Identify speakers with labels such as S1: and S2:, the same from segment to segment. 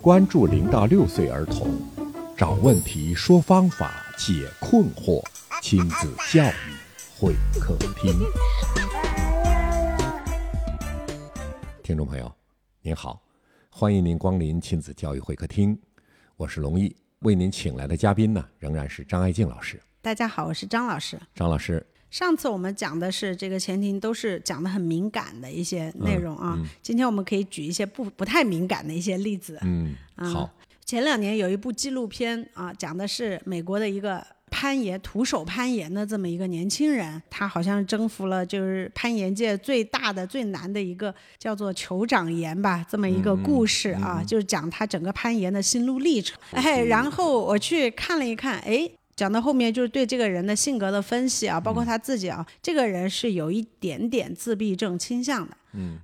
S1: 关注零到六岁儿童，找问题、说方法、解困惑，亲子教育会客厅。听众朋友，您好，欢迎您光临亲子教育会客厅，我是龙毅，为您请来的嘉宾呢仍然是张爱静老师。
S2: 大家好，我是张老师。
S1: 张老师，
S2: 上次我们讲的是这个前庭都是讲的很敏感的一些内容啊，今天我们可以举一些不不太敏感的一些例子。
S1: 嗯，
S2: 啊
S1: 好，
S2: 前两年有一部纪录片啊，讲的是美国的一个攀岩徒手攀岩的这么一个年轻人，他好像征服了就是攀岩界最大的最难的一个叫做酋长岩吧，这么一个故事啊，就是讲他整个攀岩的心路历程。哎，然后我去看了一看，哎。讲到后面就是对这个人的性格的分析啊，包括他自己啊，这个人是有一点点自闭症倾向的。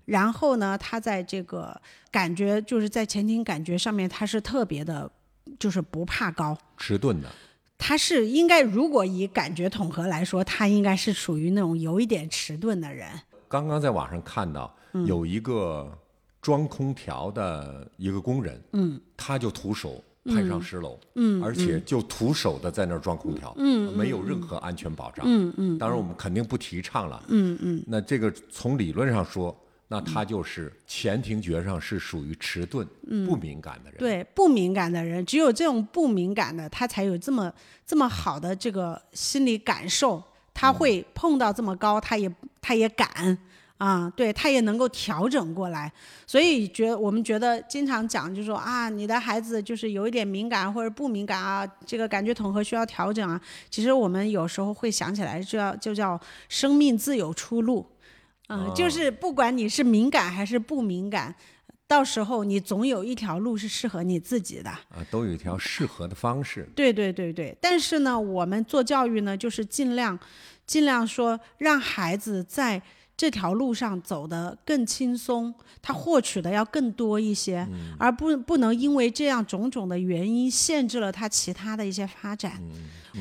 S2: 然后呢，他在这个感觉就是在前庭感觉上面，他是特别的，就是不怕高。
S1: 迟钝的，
S2: 他是应该，如果以感觉统合来说，他应该是属于那种有一点迟钝的人。
S1: 刚刚在网上看到有一个装空调的一个工人，嗯，他就徒手攀上十楼，嗯，而且就徒手的在那儿装空调，嗯，没有任何安全保障，嗯嗯，当然我们肯定不提倡了，嗯嗯，那这个从理论上说。那他就是前庭觉上是属于迟钝、不敏感的人。
S2: 对不敏感的人，只有这种不敏感的，他才有这么这么好的这个心理感受。他会碰到这么高，他也他也敢啊，对他也能够调整过来。所以觉我们觉得经常讲就说啊，你的孩子就是有一点敏感或者不敏感啊，这个感觉统合需要调整啊。其实我们有时候会想起来，就要就叫生命自有出路。嗯、就是不管你是敏感还是不敏感，到时候你总有一条路是适合你自己的。
S1: 啊，都有一条适合的方式。
S2: 对对对对，但是呢，我们做教育呢，就是尽量尽量说让孩子在这条路上走得更轻松，他获取的要更多一些，而不不能因为这样种种的原因限制了他其他的一些发展。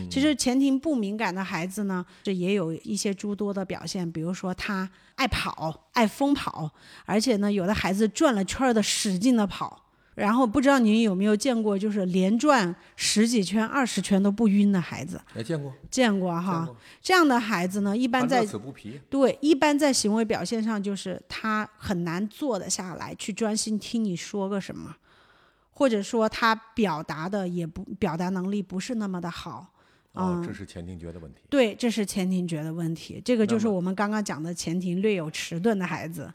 S2: 其实前庭不敏感的孩子呢，这也有一些诸多的表现，比如说他爱跑，爱疯跑，而且呢，有的孩子转了圈儿的使劲的跑。然后不知道您有没有见过，就是连转十几圈、二十圈都不晕的孩子，
S1: 哎，见过，
S2: 见过哈
S1: 见过？
S2: 这样的孩子呢，一般
S1: 凡
S2: 在
S1: 乐此不疲。
S2: 对，一般在行为表现上，就是他很难坐得下来去专心听你说个什么，或者说他表达的也不表达能力不是那么的好。
S1: 哦，这是前庭觉的问题。
S2: 对，这是前庭觉的问题，这个就
S1: 那
S2: 是我们刚刚讲的前庭略有迟钝的孩子。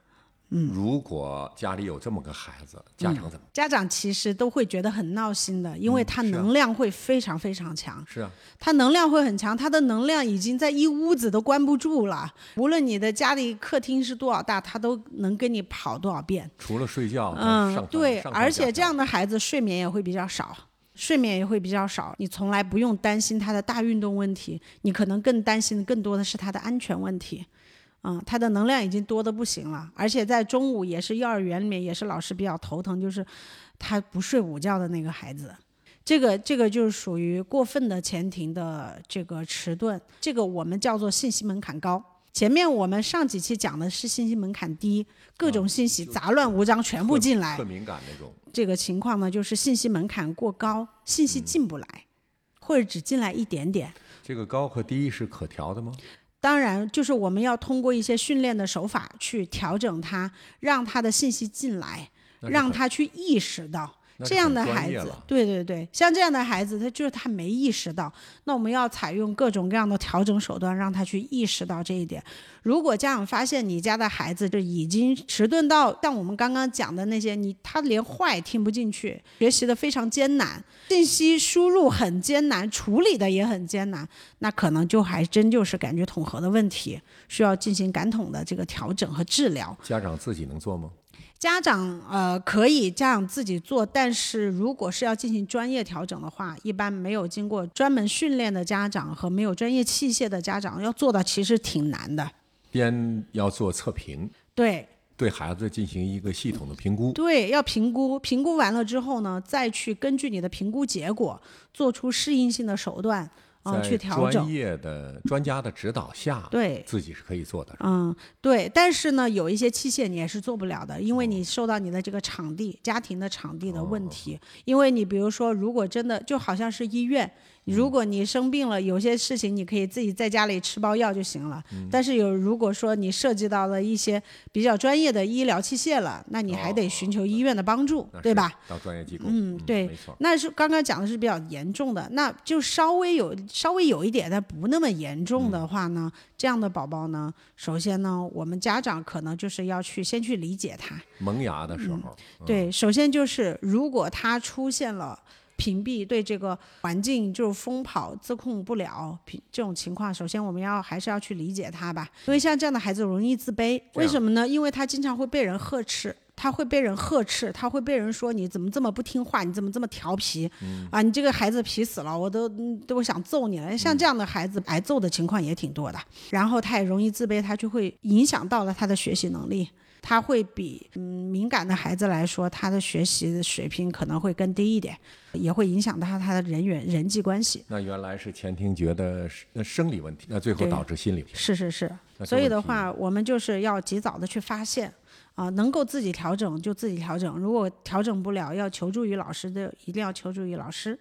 S1: 如果家里有这么个孩子，家长怎么？
S2: 家长其实都会觉得很闹心的，因为他
S1: 是啊
S2: 能量会非常非常强。
S1: 是啊，
S2: 它能量会很强，它的能量已经在一屋子都关不住了。无论你的家里客厅是多少大，它都能跟你跑多少遍。
S1: 除了睡觉，他上
S2: 嗯
S1: 床，
S2: 对，
S1: 上床
S2: 而
S1: 下
S2: 且这
S1: 床
S2: 样的孩子睡眠也会比较少，睡眠也会比较少。你从来不用担心他的大运动问题，你可能更担心的更多的是他的安全问题。嗯，他的能量已经多的不行了，而且在中午也是幼儿园里面也是老师比较头疼，就是他不睡午觉的那个孩子。这个这个就是属于过分的前庭的这个迟钝，这个我们叫做信息门槛高。前面我们上几期讲的是信息门槛低，各种信息杂乱无章全部进来
S1: 特，敏感那种。
S2: 这个情况呢，就是信息门槛过高，信息进不来，或者只进来一点点。
S1: 这个高和低是可调的吗？
S2: 当然，就是我们要通过一些训练的手法去调整它，让它的信息进来，
S1: 那是
S2: 让
S1: 很
S2: 他去意识到。
S1: 那是
S2: 这样
S1: 很
S2: 的
S1: 专
S2: 孩
S1: 业
S2: 子
S1: 了，
S2: 对对对，像这样的孩子，他就是他没意识到。那我们要采用各种各样的调整手段，让他去意识到这一点。如果家长发现你家的孩子就已经迟钝到像我们刚刚讲的那些，你他连坏听不进去，学习的非常艰难，信息输入很艰难，处理的也很艰难，那可能就还真就是感觉统合的问题，需要进行感统的这个调整和治疗。
S1: 家长自己能做吗？
S2: 家长呃可以家长自己做，但是如果是要进行专业调整的话，一般没有经过专门训练的家长和没有专业器械的家长，要做到其实挺难的。
S1: 边要做测评，
S2: 对
S1: 对孩子进行一个系统的评估。
S2: 对，要评估，评估完了之后呢，再去根据你的评估结果做出适应性的手段。啊、
S1: 在
S2: 去调
S1: 专
S2: 整。
S1: 业的专家的指导下，
S2: 对
S1: 自己是可以做的。
S2: 嗯，对，但是呢，有一些器械你也是做不了的，因为
S1: 哦
S2: 你受到你的这个场地、家庭的场地的问题。因为你比如说，如果真的就好像是医院，
S1: 嗯
S2: 如果你生病了，有些事情你可以自己在家里吃包药就行了。
S1: 嗯
S2: 但是有如果说你涉及到了一些比较专业的医疗器械了，那你还得寻求医院的帮助，
S1: 哦那
S2: 对
S1: 是
S2: 吧？？
S1: 到专业机构，
S2: 嗯对
S1: 没错。
S2: 那是刚刚讲的是比较严重的，那就稍微有稍微有一点，但不那么严重的话呢，这样的宝宝呢，首先呢，我们家长可能就是要去先去理解他，
S1: 萌芽的时
S2: 嗯
S1: 候，
S2: 对，首先就是如果他出现了。屏蔽对这个环境就是疯跑自控不了，屏这种情况，首先我们要还是要去理解他吧，因为像这样的孩子容易自卑，为什么呢？因为他经常会被人呵斥，他会被人呵斥，他会被人说你怎么这么不听话，你怎么这么调皮，啊，你这个孩子皮死了，我都嗯都想揍你了。像这样的孩子，挨揍的情况也挺多的。然后他也容易自卑，他就会影响到了他的学习能力。他会比嗯敏感的孩子来说，他的学习水平可能会更低一点，也会影响到他的人缘、人际关系。
S1: 那原来是前庭觉得是呃生理问题，那最后
S2: 对
S1: 导致心理问题。
S2: 是是是，
S1: 那这
S2: 所以
S1: 问
S2: 的
S1: 题
S2: 话，我们就是要及早的去发现，啊、能够自己调整就自己调整，如果调整不了，要求助于老师的，一定要求助于老师。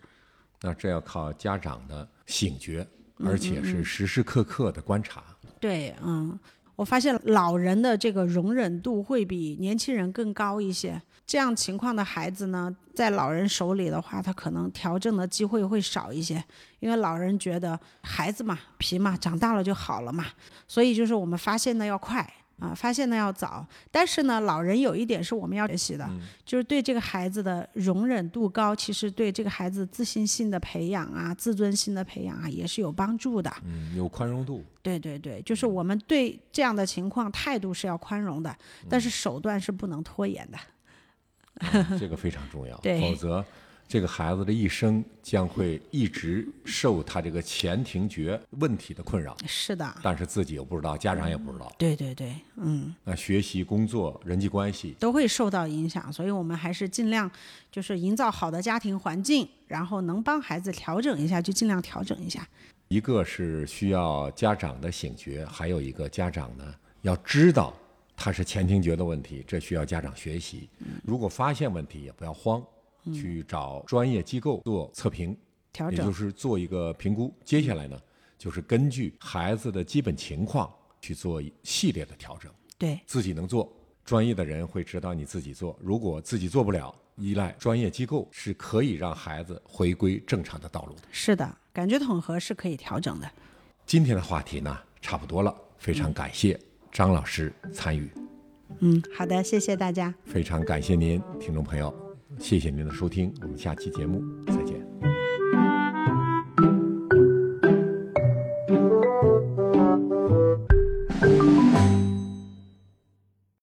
S1: 那这要靠家长的醒觉，而且是时时刻刻的观察。
S2: 对，嗯，我发现老人的这个容忍度会比年轻人更高一些。这样情况的孩子呢，在老人手里的话，他可能调整的机会会少一些，因为老人觉得孩子嘛，皮嘛，长大了就好了嘛。所以就是我们发现的要快。啊，发现的要早，但是呢，老人有一点是我们要学习的，就是对这个孩子的容忍度高，其实对这个孩子自信心的培养啊、自尊心的培养啊，也是有帮助的。
S1: 嗯，有宽容度，
S2: 对对对，就是我们对这样的情况态度是要宽容的，但是手段是不能拖延的。
S1: 这个非常重要，
S2: 对
S1: 否则这个孩子的一生将会一直受他这个前庭觉问题的困扰，
S2: 是的，
S1: 但是自己又不知道，家长也不知道，
S2: 对对对，嗯，
S1: 那学习、工作、人际关系，
S2: 都会受到影响，所以我们还是尽量就是营造好的家庭环境，然后能帮孩子调整一下就尽量调整一下。
S1: 一个是需要家长的醒觉，还有一个家长呢要知道他是前庭觉的问题，这需要家长学习。如果发现问题，也不要慌，去找专业机构做测评。
S2: 调
S1: 也就
S2: 整，
S1: 是做一个评估。接下来呢，就是根据孩子的基本情况去做一系列的调整。
S2: 对
S1: 自己能做，专业的人会指导你自己做。如果自己做不了，依赖专业机构是可以让孩子回归正常的道路的。
S2: 是的，感觉统合是可以调整的。
S1: 今天的话题呢，差不多了，非常感谢张老师参与，
S2: 嗯，好的，谢谢大家，
S1: 非常感谢您，听众朋友，谢谢您的收听，我们下期节目再